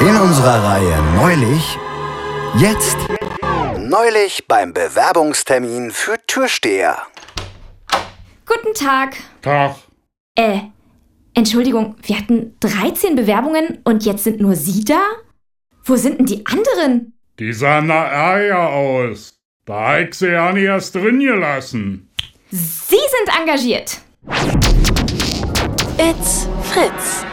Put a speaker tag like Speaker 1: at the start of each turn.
Speaker 1: In unserer Reihe Neulich, jetzt Neulich beim Bewerbungstermin für Türsteher.
Speaker 2: Guten Tag.
Speaker 3: Tag.
Speaker 2: Äh, Entschuldigung, wir hatten 13 Bewerbungen und jetzt sind nur Sie da? Wo sind denn die anderen?
Speaker 3: Die sahen nach Ärger aus. Da hab ich sie ja nicht erst drin gelassen.
Speaker 2: Sie sind engagiert.
Speaker 4: It's Fritz.